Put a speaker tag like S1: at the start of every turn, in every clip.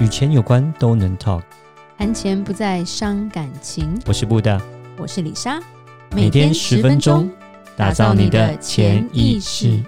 S1: 与钱有关都能 talk。
S2: 谈钱不再伤感情。
S1: 我是布大，
S2: 我是李莎，
S1: 每天十分钟，打造你的潜意识，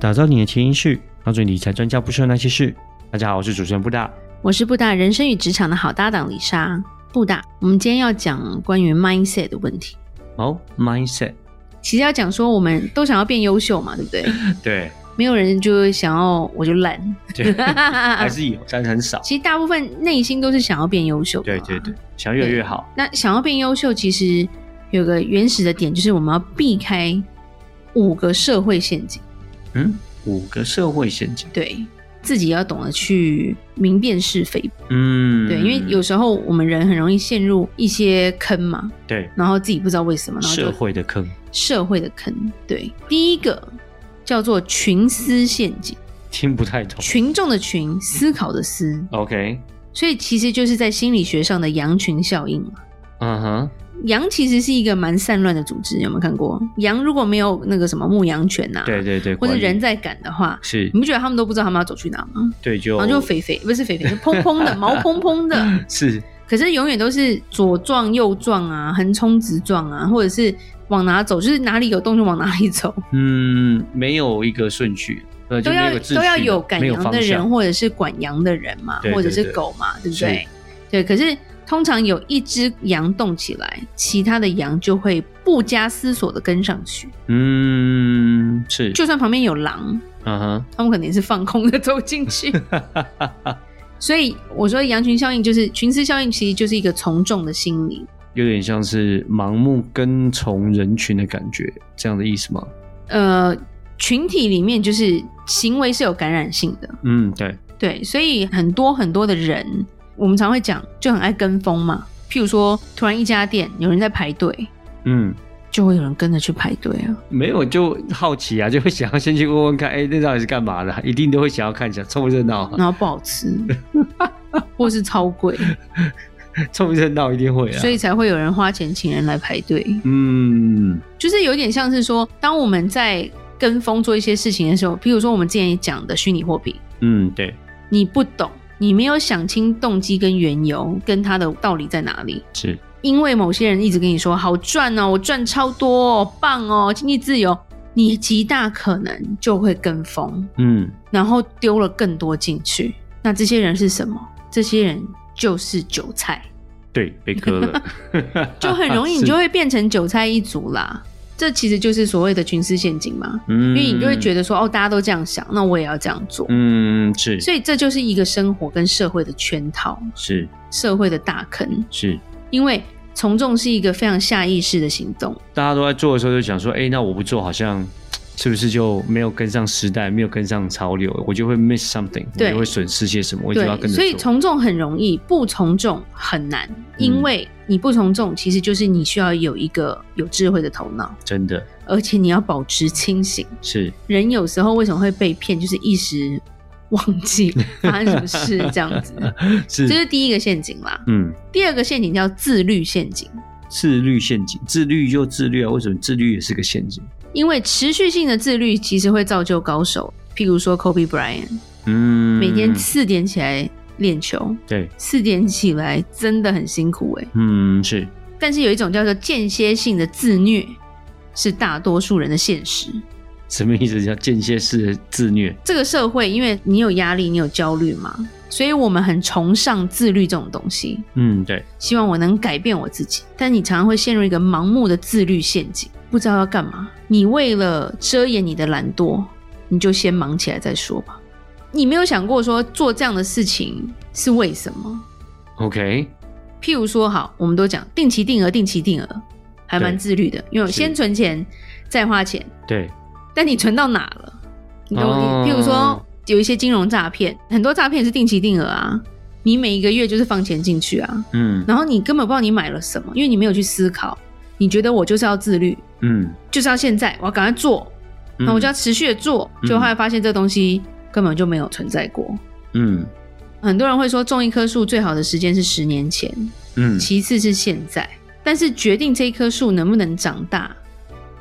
S1: 打造你的潜意识，让做理财专家不说的那些事。大家好，我是主持人布大。
S2: 我是布大人生与职场的好搭档李莎。布大，我们今天要讲关于 mindset 的问题。
S1: 哦、m i n d s e t
S2: 其实要讲说，我们都想要变优秀嘛，对不对？
S1: 对
S2: 没有人就会想要我就烂，
S1: 对，还是有，但是很少。
S2: 其实大部分内心都是想要变优秀。
S1: 对对对。，想要越来越好。
S2: 那想要变优秀，其实有个原始的点，就是我们要避开五个社会陷阱。
S1: 嗯，五个社会陷阱。
S2: 对自己要懂得去明辨是非，
S1: 嗯，
S2: 对，因为有时候我们人很容易陷入一些坑嘛，
S1: 对
S2: 然后自己不知道为什么，然后就
S1: 社会的坑，
S2: 社会的坑。对，第一个叫做群思陷阱，
S1: 听不太懂。
S2: 群众的群，思考的思，
S1: OK，
S2: 所以其实就是在心理学上的羊群效应嘛。
S1: 嗯哼，
S2: 羊其实是一个蛮散乱的组织，你有没有看过？羊如果没有那个什么牧羊犬呐、啊
S1: 对对对，
S2: 或者
S1: 管理
S2: 人在赶的话，
S1: 是
S2: 你不觉得他们都不知道他们要走去哪吗？
S1: 对就
S2: 然后就肥肥，不是肥肥，就蓬蓬 的，毛蓬蓬的，
S1: 是
S2: 可是永远都是左撞右撞啊，横冲直撞啊，或者是往哪走，就是哪里有动就往哪里走，
S1: 嗯，没有一个顺序，呃，
S2: 都
S1: 就没
S2: 要
S1: 有秩序
S2: 都要有
S1: 的
S2: 赶
S1: 没有
S2: 羊
S1: 方
S2: 的人
S1: 向，
S2: 或者是管羊的人嘛，
S1: 对对
S2: 或者是
S1: 对
S2: 狗嘛，对不对？对，可是通常有一只羊动起来，其他的羊就会不加思索的跟上去，
S1: 嗯，是，
S2: 就算旁边有狼，
S1: 嗯哼，
S2: 他们肯定是放空的走进去。所以我说羊群效应就是群思效应，其实就是一个从众的心理。
S1: 有点像是盲目跟从人群的感觉，这样的意思吗？
S2: 呃，群体里面就是行为是有感染性的，
S1: 嗯，对，
S2: 对，所以很多很多的人，我们常会讲就很爱跟风嘛。譬如说，突然一家店有人在排队，
S1: 嗯，
S2: 就会有人跟着去排队啊。
S1: 没有就好奇啊，就会想要先去问问看，哎、那到底是干嘛的啊？一定都会想要看一下，凑热闹啊，
S2: 然后不好吃， 或是超贵，
S1: 凑热闹一定会啊，
S2: 嗯所以才会有人花钱请人来排队。
S1: 嗯，
S2: 就是有点像是说，当我们在跟风做一些事情的时候，譬如说我们之前也讲的虚拟货币，
S1: 嗯，对，
S2: 你不懂，你没有想清动机跟缘由，跟它的道理在哪里。
S1: 是，
S2: 因为某些人一直跟你说好赚哦，我赚超多、哦，棒哦，经济自由，你极大可能就会跟风，
S1: 嗯，
S2: 然后丢了更多进去。那这些人是什么？这些人就是韭菜，
S1: 对，被割了，
S2: 就很容易你
S1: 啊是
S2: 就会变成韭菜一族啦。这其实就是所谓的群思陷阱嘛，
S1: 嗯
S2: 因为你就会觉得说哦，大家都这样想，那我也要这样做。
S1: 嗯，是
S2: 所以这就是一个生活跟社会的圈套，
S1: 是
S2: 社会的大坑。
S1: 是，
S2: 因为从众是一个非常下意识的行动，
S1: 大家都在做的时候就想说，哎、那我不做好像是不是就没有跟上时代，没有跟上潮流，我就会 miss something，我
S2: 对
S1: 就会损失些什么，我就要
S2: 对，
S1: 跟着
S2: 所以
S1: 做嗯
S2: 从众很容易，不从众很难，因为你不从众，其实就是你需要有一个有智慧的头脑，
S1: 真的
S2: 而且你要保持清醒。
S1: 是
S2: 人有时候为什么会被骗，就是一时忘记 发生什么事这样 子，
S1: 是
S2: 这是第一个陷阱啦。
S1: 嗯，
S2: 第二个陷阱叫自律陷阱，
S1: 自律陷阱，自律就自律啊，为什么自律也是个陷阱？
S2: 因为持续性的自律其实会造就高手，譬如说 Kobe Bryant，
S1: 嗯，
S2: 每天四点起来练球，
S1: 对，
S2: 四点起来真的很辛苦哎、
S1: 嗯是
S2: 但是有一种叫做间歇性的自虐，是大多数人的现实。
S1: 什么意思？叫间歇式的自虐？
S2: 这个社会，因为你有压力，你有焦虑嘛，所以我们很崇尚自律这种东西，
S1: 嗯，对，
S2: 希望我能改变我自己。但你常常会陷入一个盲目的自律陷阱，不知道要干嘛。你为了遮掩你的懒惰，你就先忙起来再说吧。你没有想过说做这样的事情是为什么？
S1: OK，
S2: 譬如说，好，我们都讲定期定额，定期定额，还蛮
S1: 对
S2: 自律的，因为我
S1: 是
S2: 先存钱再花钱。
S1: 对，
S2: 但你存到哪了？你懂我
S1: 哦
S2: 意思？譬如说，有一些金融诈骗，很多诈骗是定期定额啊，你每一个月就是放钱进去啊，
S1: 嗯
S2: 然后你根本不知道你买了什么，因为你没有去思考。你觉得我就是要自律，
S1: 嗯，
S2: 就是要现在，我要赶快做，
S1: 嗯
S2: 那我就要持续的做，
S1: 嗯
S2: 就后来发现这东西根本就没有存在过。
S1: 嗯
S2: 很多人会说种一棵树最好的时间是十年前，
S1: 嗯
S2: 其次是现在。但是决定这一棵树能不能长大，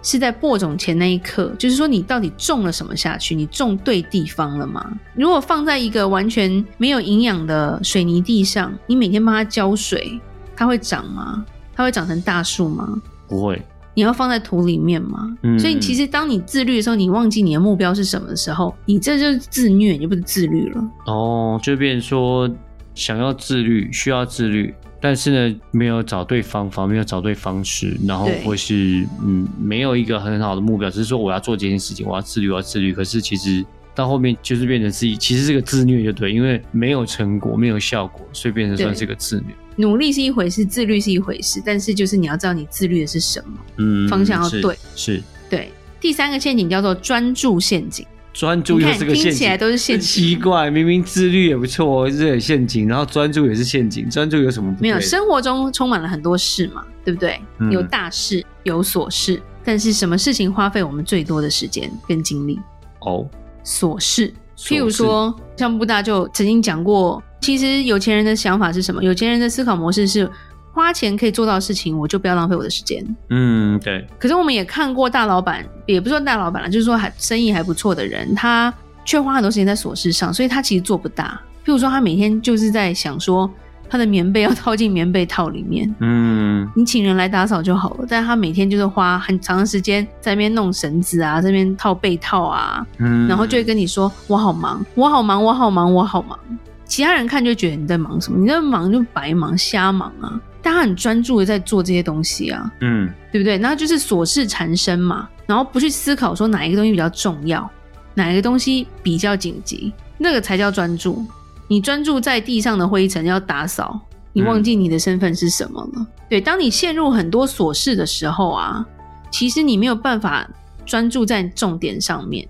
S2: 是在播种前那一刻，就是说你到底种了什么下去？你种对地方了吗？如果放在一个完全没有营养的水泥地上，你每天帮它浇水，它会长吗？它会长成大树吗？
S1: 不会，
S2: 你要放在土里面吗？
S1: 嗯
S2: 所以其实当你自律的时候，你忘记你的目标是什么的时候，你这就是自虐，你就不是自律了。
S1: 哦，就变成说想要自律，需要自律，但是呢，没有找对方法，没有找对方式，然后
S2: 对
S1: 或是嗯，没有一个很好的目标，只是说我要做这件事情，我要自律，我要自律。可是其实到后面就是变成自己，其实是个自虐，就对，因为没有成果，没有效果，所以变成算
S2: 对
S1: 是个自虐。
S2: 努力是一回事，自律是一回事，但是就是你要知道你自律的是什么。
S1: 嗯，
S2: 方向要
S1: 是
S2: 对，
S1: 是
S2: 对，第三个陷阱叫做专注陷阱。
S1: 专注
S2: 你
S1: 又
S2: 看
S1: 是个陷
S2: 听起来
S1: 阱。
S2: 都是陷
S1: 奇
S2: 阱。
S1: 怪，明明自律也不错哦，这也陷阱，然后专注也是陷阱，专注有什么不
S2: 没有，
S1: 对的
S2: 生活中充满了很多事嘛，对不对？
S1: 嗯
S2: 有大事，有琐事，但是什么事情花费我们最多的时间跟精力？
S1: 哦，
S2: 琐事。
S1: 琐
S2: 譬如
S1: 事
S2: 说，像布大就曾经讲过，其实有钱人的想法是什么？有钱人的思考模式是花钱可以做到的事情，我就不要浪费我的时间。
S1: 嗯，对，
S2: 可是我们也看过大老板，也不是说大老板了，就是说还生意还不错的人，他却花很多时间在琐事上，所以他其实做不大。譬如说，他每天就是在想说，他的棉被要套进棉被套里面，
S1: 嗯，
S2: 你请人来打扫就好了。但他每天就是花很长的时间在那边弄绳子啊，这边套被套啊，
S1: 嗯，
S2: 然后就会跟你说：“我好忙，我好忙，我好忙，我好忙。”其他人看就觉得你在忙什么，你在忙就白忙瞎忙啊。但他很专注的在做这些东西啊，
S1: 嗯
S2: 对不对？那就是琐事缠身嘛，然后不去思考说哪一个东西比较重要，哪一个东西比较紧急，那个才叫专注。你专注在地上的灰尘要打扫，你忘记你的身份是什么了。对，当你陷入很多琐事的时候啊，其实你没有办法专注在重点上面，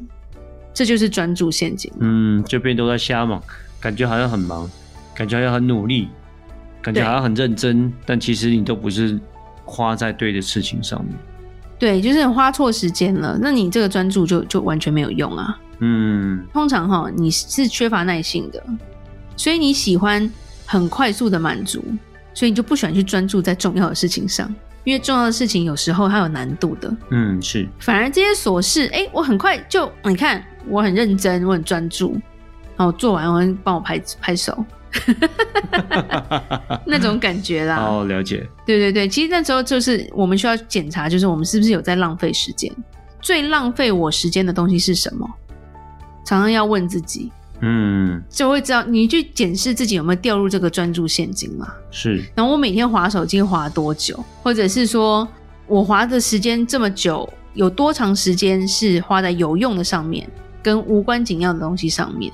S2: 这就是专注陷阱。
S1: 嗯，这边都在瞎忙，感觉好像很忙，感觉好像很努力，感觉
S2: 对
S1: 好像很认真，但其实你都不是花在对的事情上面。
S2: 对，就是花错时间了，那你这个专注就就完全没有用啊。
S1: 嗯
S2: 通常哈，你是缺乏耐性的，所以你喜欢很快速的满足，所以你就不喜欢去专注在重要的事情上，因为重要的事情有时候它有难度的。
S1: 嗯，是，
S2: 反而这些琐事，哎、我很快就，你看我很认真，我很专注，然后做完，我会帮我拍拍手，那种感觉啦。
S1: 哦，了解，
S2: 对对对，其实那时候就是我们需要检查，就是我们是不是有在浪费时间。最浪费我时间的东西是什么？常常要问自己，
S1: 嗯，
S2: 就会知道你去检视自己有没有掉入这个专注陷阱嘛。
S1: 是，
S2: 然后我每天划手机划多久，或者是说我划的时间这么久，有多长时间是花在有用的上面，跟无关紧要的东西上面。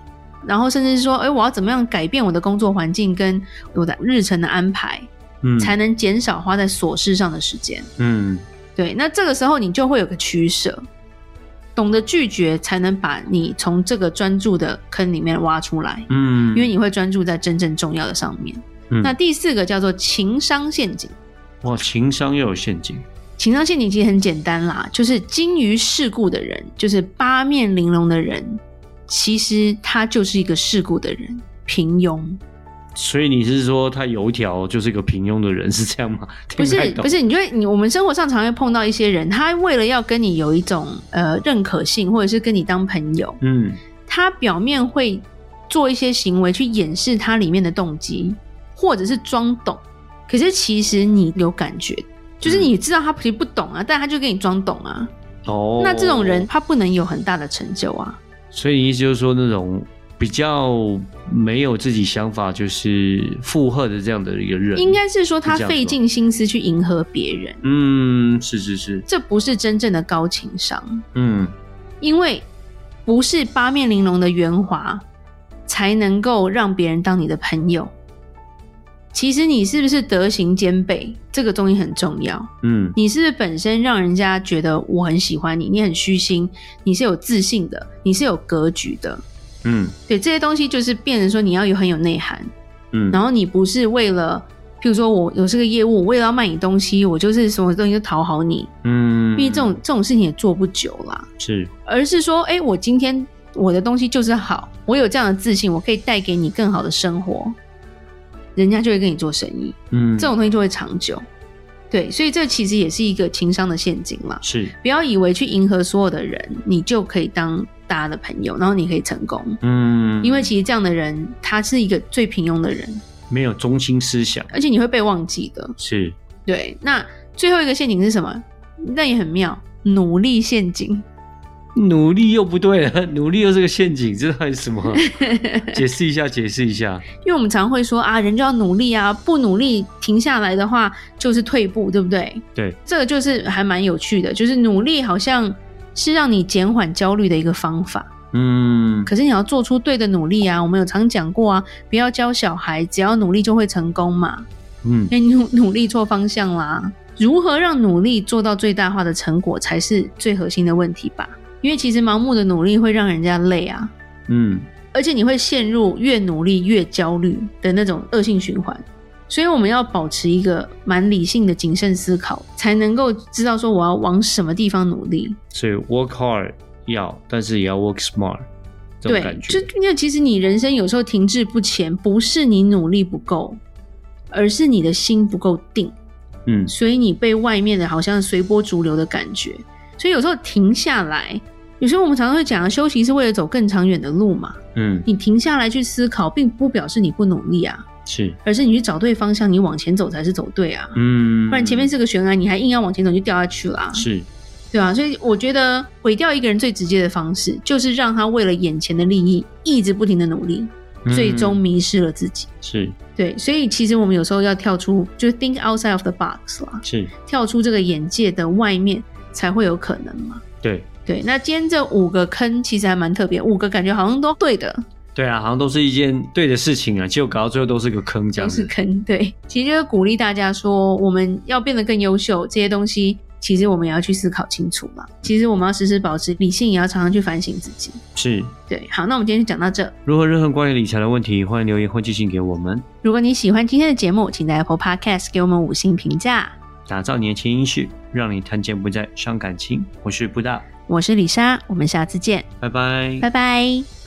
S2: 然后甚至是说，哎，我要怎么样改变我的工作环境跟我的日程的安排，
S1: 嗯，
S2: 才能减少花在琐事上的时间？
S1: 嗯，
S2: 对，那这个时候你就会有个取舍，懂得拒绝，才能把你从这个专注的坑里面挖出来。
S1: 嗯，
S2: 因为你会专注在真正重要的上面。
S1: 嗯
S2: 那第四个叫做情商陷阱。
S1: 哇，情商又有陷阱，
S2: 情商陷阱其实很简单啦，就是精于世故的人，就是八面玲珑的人，其实他就是一个世故的人，平庸。
S1: 所以你是说他油条就是个平庸的人是这样吗？
S2: 不
S1: 听
S2: 是
S1: 太懂
S2: 不，是，你就会你我们生活上常会碰到一些人，他为了要跟你有一种呃认可性，或者是跟你当朋友，
S1: 嗯
S2: 他表面会做一些行为去掩饰他里面的动机，或者是装懂。可是其实你有感觉，就是你知道他其实不懂啊，但他就跟你装懂啊。
S1: 哦，
S2: 那这种人他不能有很大的成就啊。
S1: 所以你意思就是说，那种比较没有自己想法，就是附和的这样的一个人，
S2: 应该是说他
S1: 是这样子吧
S2: 费尽心思去迎合别人，
S1: 嗯，是是是，
S2: 这不是真正的高情商，
S1: 嗯
S2: 因为不是八面玲珑的圆滑才能够让别人当你的朋友。其实你是不是德行兼备，这个东西很重要。
S1: 嗯
S2: 你是不是本身让人家觉得我很喜欢你，你很虚心，你是有自信的，你是有格局的。
S1: 嗯
S2: 对这些东西，就是变成说你要有很有内涵，
S1: 嗯，
S2: 然
S1: 后
S2: 后你不是为了，譬如说我有这个业务，我为了要卖你东西，我就是什么东西都讨好你，
S1: 嗯，
S2: 因为这种这种事情也做不久啦。
S1: 是
S2: 而是说，哎、我今天我的东西就是好，我有这样的自信，我可以带给你更好的生活，人家就会跟你做生意，
S1: 嗯
S2: 这种东西就会长久。对，所以这其实也是一个情商的陷阱啦。
S1: 是，
S2: 不要以为去迎合所有的人，你就可以当大家的朋友，然后你可以成功。
S1: 嗯，
S2: 因为其实这样的人，他是一个最平庸的人，
S1: 没有中心思想，
S2: 而且你会被忘记的。
S1: 是
S2: 对，那最后一个陷阱是什么？那也很妙，努力陷阱。
S1: 努力又不对了，努力又是个陷阱，这到底是什么？解释一下，解释一下。
S2: 因为我们常会说啊，人就要努力啊，不努力停下来的话就是退步，对不对？
S1: 对，
S2: 这个就是还蛮有趣的，就是努力好像是让你减缓焦虑的一个方法。
S1: 嗯，
S2: 可是你要做出对的努力啊，我们有常讲过啊，不要教小孩只要努力就会成功嘛，
S1: 嗯，
S2: 因为你努努力错方向啦。如何让努力做到最大化的成果才是最核心的问题吧？因为其实盲目的努力会让人家累啊，
S1: 嗯，
S2: 而且你会陷入越努力越焦虑的那种恶性循环。所以我们要保持一个蛮理性的谨慎思考，才能够知道说我要往什么地方努力。
S1: 所以 work hard 要，但是也要 work smart，这种
S2: 对
S1: 感，觉
S2: 就。因为其实你人生有时候停滞不前，不是你努力不够，而是你的心不够定，
S1: 嗯，
S2: 所以你被外面的好像随波逐流的感觉。所以有时候停下来，有时候我们常常会讲啊，休息是为了走更长远的路嘛。
S1: 嗯，
S2: 你停下来去思考，并不表示你不努力啊。
S1: 是，
S2: 而是你去找对方向，你往前走才是走对啊。
S1: 嗯，
S2: 不然前面是个悬崖，你还硬要往前走，你就掉下去啦、
S1: 是，
S2: 对啊，所以我觉得毁掉一个人最直接的方式，就是让他为了眼前的利益一直不停的努力，
S1: 嗯
S2: 最终迷失了自己。
S1: 是
S2: 对，所以其实我们有时候要跳出，就是 think outside of the box 啦，
S1: 是，
S2: 跳出这个眼界的外面，才会有可能嘛。
S1: 对
S2: 对，那今天这五个坑其实还蛮特别，五个感觉好像都对的，
S1: 对啊，好像都是一件对的事情啊，结果搞到最后都是个坑这样
S2: 都是
S1: 子。
S2: 坑。对，其实就是鼓励大家说，我们要变得更优秀，这些东西其实我们也要去思考清楚嘛。其实我们要时时保持理性，也要常常去反省自己。
S1: 是，
S2: 对，好，那我们今天就讲到这。
S1: 如何任何关于理财的问题，欢迎留言或寄信给我们，
S2: 如果你喜欢今天的节目，请在 Apple Podcast 给我们五星评价。
S1: 打造你的潜意识，让你谈钱不再伤感情。我是布大，
S2: 我是李莎，我们下次见，
S1: 拜拜
S2: 拜拜。